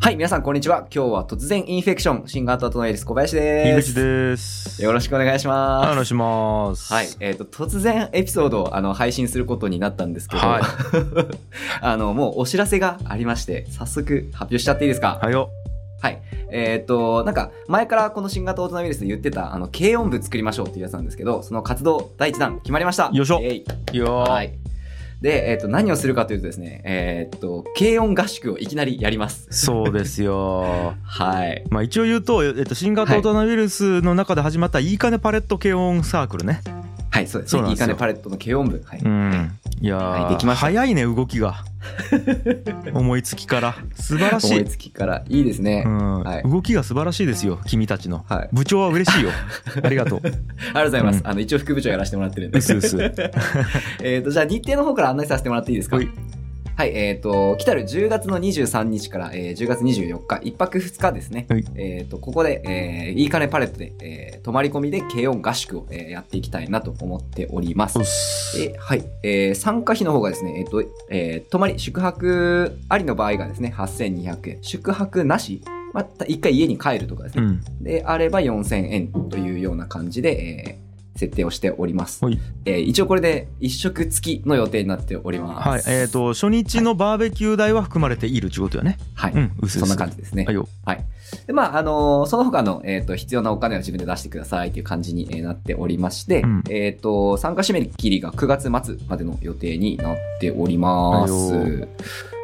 はい、皆さんこんにちは。今日は突然インフェクション、シンガーとトノエリス小林樋です。口です。よろしくしくお願いしおま願いします。す。はい、えっ、と、突然エピソードをあの配信することになったんですけど、はい あの、もうお知らせがありまして、早速発表しちゃっていいですかはよ。はい。えーっと、なんか、前からこの新型オートナウイルスで言ってた、あの、軽音部作りましょうっていうやつなんですけど、その活動第一弾決まりました。よいしょイエイよーはい。で、えーっと、何をするかというとですね、えーっと、軽音合宿をいきなりやります。そうで すよ。はい。まあ一応言うと、えっと、新型コロナウイルスの中で始まったいいかねパレット軽音サークルね。はい、そうですそうね。なんいでいすかよねパレットの軽音部。はい。うん。いやー、はいできました早いね、動 きが。思いつきから。素晴らし思いい。つきから。いいですね。うんはい動きが素晴らしいですよ、君たちの。はい。部長は嬉 しいよ。ありがとう。ありがとうございます。うんあの、一応副部長やらせてもらってるんでう。すうす。 えっと、じゃあ日程の方から案内させてもらっていいですかはいはい、えっ、と、来たる10月の23日から、えー10月24日、1泊2日ですね。はいえっ、と、ここで、えーいいかねパレットで、えー泊まり込みで軽音合宿を、えーやっていきたいなと思っておりますう。っす。えはい、えー参加費の方がですね、えっ、と、えー泊まり、宿泊ありの場合がですね、8200円。宿泊なし、また一回家に帰るとかですうね。ん。で、あれば4000円というような感じで、えー設定をしております。はいえー一応これで1食付きの予定になっております。はい。えっ、と、初日のバーベキュー代は含まれているちゅうことよね。はい。うん、うすうす。そんな感じですねは。いよ。で、まあ、あのーその他の、えっ、と、必要なお金は自分で出してくださいという感じにえーなっておりまして、うんえっ、と、参加締め切りが9月末までの予定になっております。はいよ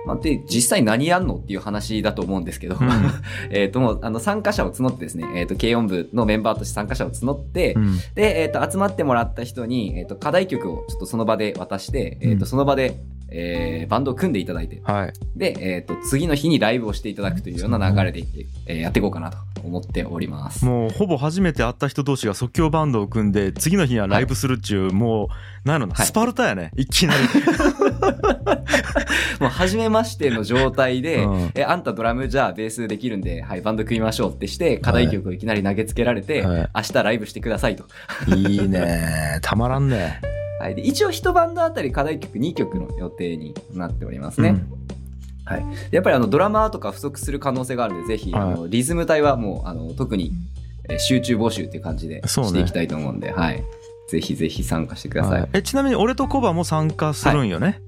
まあ、で、実際何やんのっていう話だと思うんですけど、うん えっと、もう、あの、参加者を募ってですね、えっ、と、軽音部のメンバーとして参加者を募って、うん。で、えっ、と、集まってもらった人に、えっ、と、課題曲をちょっとその場で渡して、えっ、うんと、その場で、えーバンドを組んでいただいて、はい。で、えっ、と、次の日にライブをしていただくというような流れで、えーやっていこうかなと思っております。もうほぼ初めて会った人同士が即興バンドを組んで次の日にはライブするっちゅう、もう何やろな、はいスパルタやねいきなり、もう、初めましての状態で、うんえ、あんたドラムじゃあベースできるんで、はい、バンド組みましょうってして、課題曲をいきなり投げつけられて、は明日ライブしてくださいと。い、いいねたまらんねはい、で一応一バンドあたり課題曲2曲の予定になっておりますね。やっぱりあのドラマーとか不足する可能性があるので、ぜひ、はいあのリズム隊はもうあの特にえー集中募集っていう感じでそうねしていきたいと思うんで、はい。ぜひぜひ参加してくうんださい。はいえちなみに俺とコバも参加するんよね、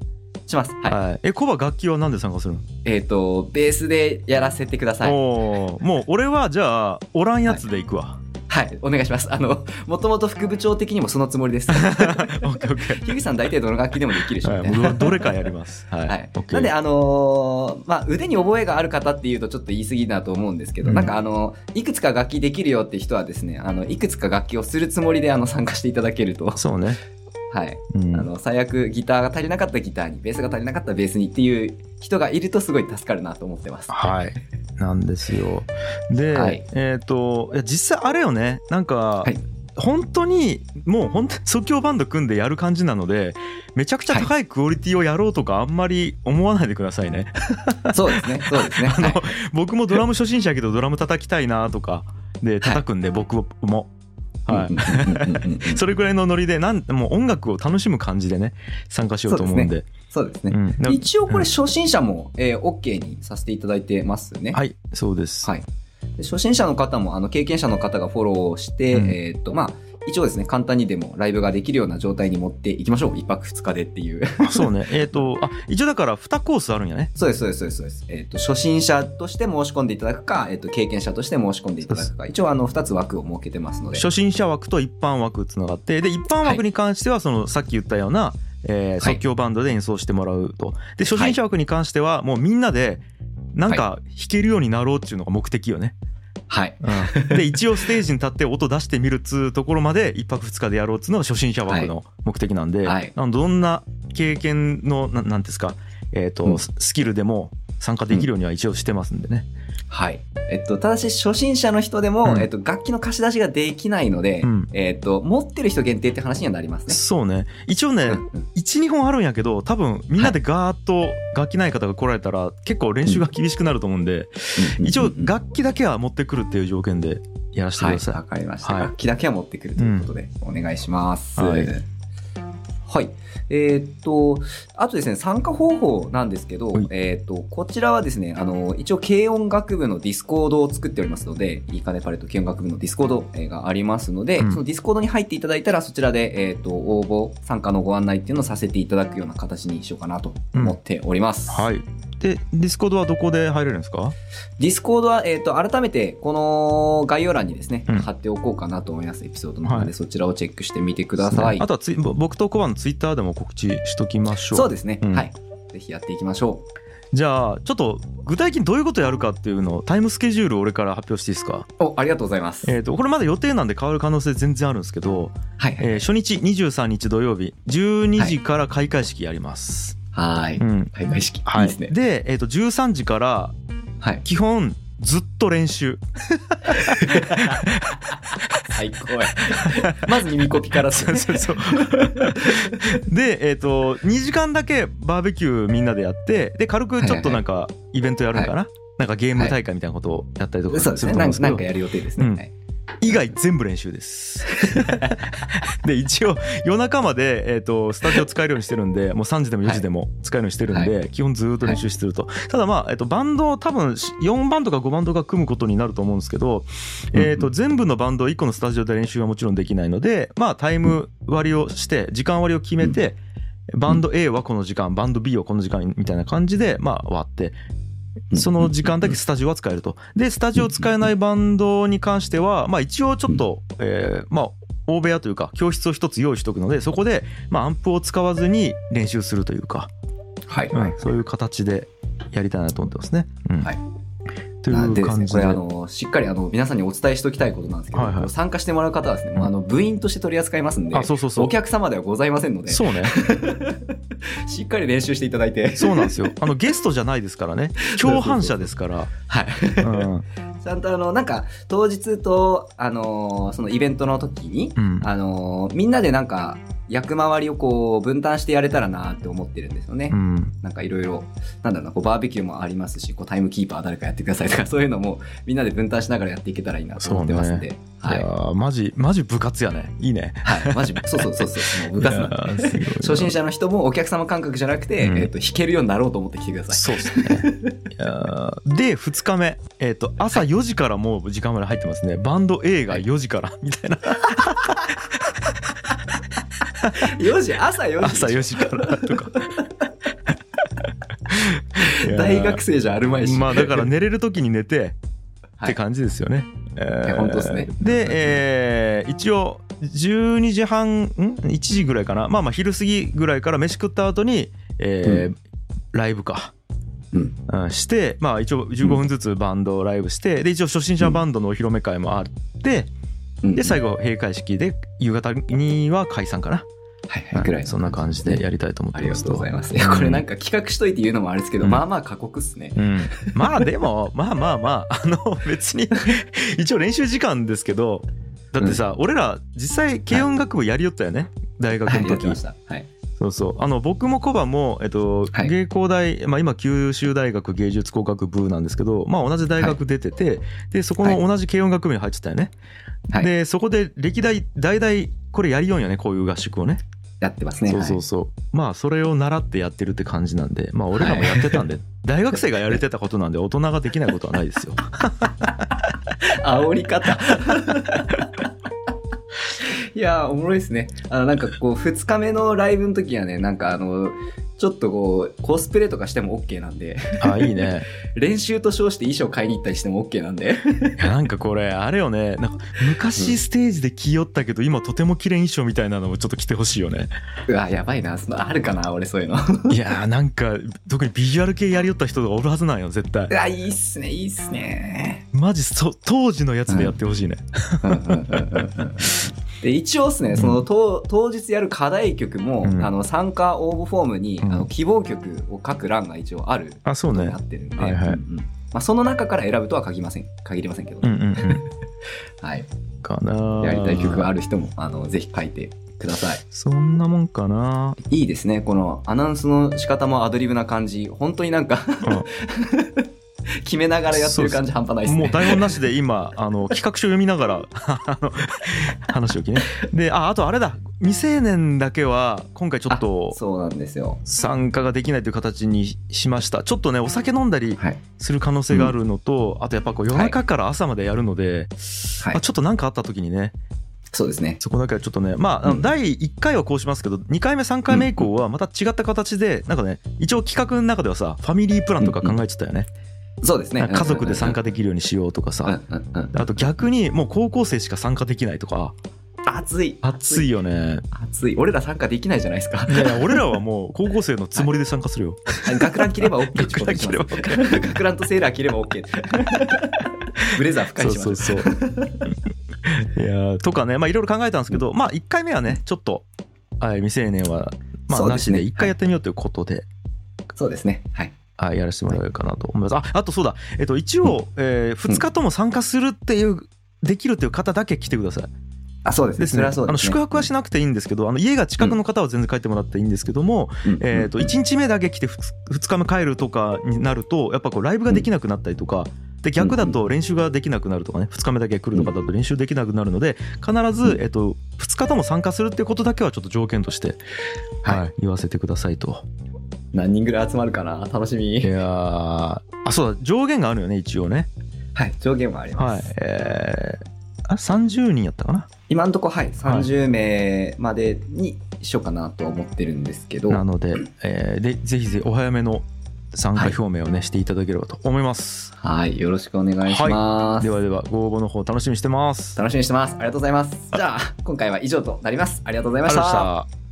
します。はい。はいえコバ楽器は何で参加するの、えっ、と、ベースでやらせてください。おーもう俺はじゃあおらんやつでい くわ、 はい。お願いします。あの、もともと副部長的にもそのつもり です。オッケーオッケー樋口さん大体どの楽器でもできるでしょ、みたいなはい、どどれかやりますはい、はいオッ、ケーなんで、あのーまあ、腕に覚えがある方っていうとちょっと言い過ぎだと思うんですけど、うんなんかあのいくつか楽器できるよって人はですねあのいくつか楽器をするつもりであの参加していただけると、はそうね、い、うんあの最悪ギターが足りなかったらギターにベースが足りなかったらベースにっていう人がいるとすごい助かるなと思ってます。はい。なんですよ。で、はいえっ、と、いや実際あれよね、なんか、はい本当にもう本当に即興バンド組んでやる感じなのでめちゃくちゃ高いクオリティをやろうとかあんまり思わないでくださいね、 そうですね、そうですね。あのはい僕もドラム初心者やけどドラム叩きたいなとかで叩くんで僕も、はいうんうんうんうんうんそれぐらいのノリでなんもう音楽を楽しむ感じでね参加しようと思うんでそうですね。うんな一応これ初心者も、えー、OK にさせていただいてますね。はいそうです、はいで初心者の方もあの経験者の方がフォローして、うんえーっとまあ一応ですね簡単にでもライブができるような状態に持っていきましょう一泊二日でっていう そうねえっ、とあ一応だから2コースあるんやねそうですそうですそうですそうです、えーっと初心者として申し込んでいただくか、えーっと経験者として申し込んでいただくか一応あの2つ枠を設けてますので初心者枠と一般枠つながってで一般枠に関してはそのさっき言ったような、えー即興バンドで演奏してもらうとで初心者枠に関してはもうみんなでなんか弾けるようになろうっていうのが目的よね、はいで一応ステージに立って音出してみるっつうところまで一泊二日でやろうっつうのが初心者枠の目的なんで、はいなのでどんな経験のななんていうんですか、えーとうんススキルでも参加できるようには一応してますんでね、はいえっとただし初心者の人でも、うんえーっと楽器の貸し出しができないので、うんえーっと持ってる人限定って話にはなりますねそうね一応ね、うん12本あるんやけど多分みんなでガーッと楽器ない方が来られたら結構練習が厳しくなると思うんで、一応楽器だけは持ってくるっていう条件でやらせてくはい、ださい、わかりました。はい楽器だけは持ってくるということで、お願いします。はいははい。えーっと、あとですね、参加方法なんですけどはい、えーっと、こちらはですね、あの、一応、軽音楽部のディスコードを作っておりますので、いいかねパレット軽音楽部のディスコードえーがありますので、うんそのディスコードに入っていただいたら、そちらで、えーっと、応募、参加のご案内っていうのをさせていただくような形にしようかなと思っております。はい。で、ディスコードはどこで入れるんですかディスコードは、えっ、と、改めて、この概要欄にですね、うん貼っておこうかなと思います、エピソードの方で、はいそちらをチェックしてみてくください。あとはツイぼ僕とコバのツイッターでも告知しときましょう。そうですね、うんはい。ぜひやっていきましょじゃあ、ちょっと具体的にどういうことやるかっていうのをタイムスケジュールを俺から発表していいですか。う。お、ありがとうございます。えっ、と、これまだ予定なんで変わる可能性全然あるんですけど、はいはい。えー初日23日土曜日、12時から開会式やります。はーい。うん。開会式。い、いですね。で、えっ、と、13時からはい。基本ずっと練習。最高や。 まず耳コピからですそうねそうそう。 で、えっ、と、2時間だけバーベキューみんなでやって、で、軽くちょっとなんかイベントやるんかな、なんかゲーム大会みたいなことをやったりとかそうですね。なんかなんかややる予定ですね。うんはい以外全部練習です。で、一応夜中まで、えっ、と、スタジオ使えるようにしてるんで、もう3時でも4時でも使えるようにしてるんで、基本ずーっと練習してると。ただまあ、えっ、と、バンドを多分4バンドか5バンドが組むことになると思うんですけど、うんえっ、と、全部のバンドを1個のスタジオで練習はもちろんできないので、まあ、タイム割りをして、時間割りを決めて、バンド A はこの時間、バンド B はこの時間みたいな感じで、まあ、割って、その時間だけスタジオは使えると。で、スタジオ使えないバンドに関しては、まあ一応ちょっと、えーまあ、大部屋というか、教室を一つ用意しとくので、そこで、まあアンプを使わずに練習するというか、はい。うんはい。そういう形でやりたいなと思ってますね。うんはいといなんでうです感ね、じこで。れあの、しっかりあの、皆さんにお伝えしておきたいことなんですけど、はいはい参加してもらう方はですね、もうあの、部員として取り扱いますんで、あ、そうそうそうお。客様ではございませんので、そうね。しっかり練習していただいて、そうなんですよ。あの、ゲストじゃないですか らね。共犯者ですから。はい。うん。ちゃんとあの、なんか、当日と、あのーそのイベントの時に、うん。 あのーみんなでなんか、役回りをこう、分担してやれたらなって思ってるんですよね。うんなんかいろいろ、なんだろうな、こう、バーベキューもありますし、こう、タイムキーパー誰かやってくださいとか、そう いうのも、みんなで分担しながらやっていけたらいいなと思ってますんで。いはいや。ーマジ、マジ部活やね。いいね。はい。マジ、そうそうそうそう、もう部活なんで。いやーすごいな 初心者の人もお客様感覚じゃなくて、うんえっ、と、弾けるようになろうと思ってきてください。そうですね。いやーで2日目、えー、と朝4時からもう時間まで入ってますねバンド A が4時からみたいな 4時、朝4時。朝4時からと か。いやー大学生じゃあるまいし。まあだ から寝れる時に寝てはっいて感じですよね。えいや本当ですねで、えー一応12時半ん1時ぐらいかなまあまあ昼過ぎぐらいから飯食った後に、えーライブか。うんうんして、まあ、一応15分ずつバンドをライブして、で一応初心者バンドのお披露目会もあって、うんで最後閉会式で夕方には解散かな、はいはい、ぐらい、そんな感じでやりたいと思っあてりまがすとうございまます。いや、これなんか企画しといて言うのもあれですけど、うんまあまあ過酷っすね。うん、まあでもまあまあまああの別に一応練習時間ですけどだってさ、俺ら実際軽音楽部やりよったよね、大学はい、のやって時ました。はい。そうそうあの僕もコバも、えっとはい芸工大、まあ、今九州大学芸術工学部なんですけど、まあ、同じ大学出てて、でそこはいの同じ軽音楽部に入ってたよね、はいでそこで歴代代々これやりよんよねこういう合宿をねやってますね。そうそうはいそう、まあそれを習ってやってるって感じなんでまあ俺らもやってたんで、 大学生がやれてたことなんで大人ができないことはないです よ煽り方。 いやー、おもろいですね。あの、なんかこう、2日目のライブの時はね、なんかあの、ちょっとこう、コスプレとかしても OK なんで、あいいね練習と称して衣装買いに行ったりしても OK なんで。 いやなんかこれあれよねなんか昔ステージで着よったけど今とても綺麗衣装みたいなのもちょっと着てほしいよねうわ、やばいな。そのあるかな俺そういうの。いやーなんか特にビジュアル系やりよった人がおるはずなんよ絶対うわ、いいっすね、いいっすね。マジそ当時のやつでやってほしいね、で一応ですね、その当当日やる課題曲も、うんあの参加応募フォームに、うんあの希望曲を書く欄が一応あるあそうねなってるんで、はいはいうんうんまあ、その中から選ぶとは限りません限りませんけど、うんうんうんはい、かなーやりたい曲がある人もあのぜひ書いてくださいそんなもんかない いですねこのアナウンスの仕方もアドリブな感じ本当になんかうん 決めながらやってる感じ半端ないですね。もう台本なしで 今あの企画書読みながらあの話を聞いてねでああとあれだ未成年だけは今回ちょっとあそうなんですよ。参加ができないという形にしましたちょっとねお酒飲んだりはい。する可能性があるのと、あとやっぱこう夜中から朝までやるので、はいまあ、ちょっと何かあった時にねそうですね。そこだけはちょっとねまああうのん第1回はこうしますけど2回目3回目以降はまた違った形でなんかね一応企画の中ではさファミリープランとか考えてたよねそうですね。家族で参加できるようにしようとかうんうさんうん。あと逆にもう高校生しか参加できないとか暑い。熱い。よね暑い。俺ら参加できないじゃないですか。いやいや俺らはもう高校生のつもりで参加するよ 学ラン着れば OK ってことにします。学ラン着学ランとセーラー着れば OK。ブレザー深そいうしまそうす。そう。いやーとかね、まあいろいろ考えたんですけど、まあ1回目はね、ちょっと、はい、未成年は、まそあうでなしすねで1回やってみようということで、そうですね。はい。はい、やらせてもらえるかなと思います。あ、あとそうだ、えっと一応、え2日とも参加するっていう、できるっていう方だけ来てください。あ、そうですね。それはそうあでのすね。宿泊はしなくていいんですけど、あの家が近くの方は全然帰ってもらっていいんですけども、うんうんえっと1日目だけ来て 2, 日目帰るとかになると、やっぱこうライブができなくなったりとか、で逆だと練習ができなくなるとかね、2日目だけ来るとかだと練習できなくなるので、必ず、えっと2日とも参加するっていうことだけはちょっと条件として、はいはい、言わせてくださいと。何人ぐらい集まるかな楽しいみ。やーあ、そうだ、上限があるよね、一応ね。はい。上限はあります。はい。えーあ30人やったかな今のところ、はい、30名までにしようかなとは思ってるんですけど、なので,、えーでぜひぜひお早めの参加表明をね、していただければと思いますはい、よろしくお願いします。ではではご応募の方楽しみにしてます楽しみにしてます。ありがとうございます。じゃあ、今回は以上となります。ありがとうございました。ありがとうございました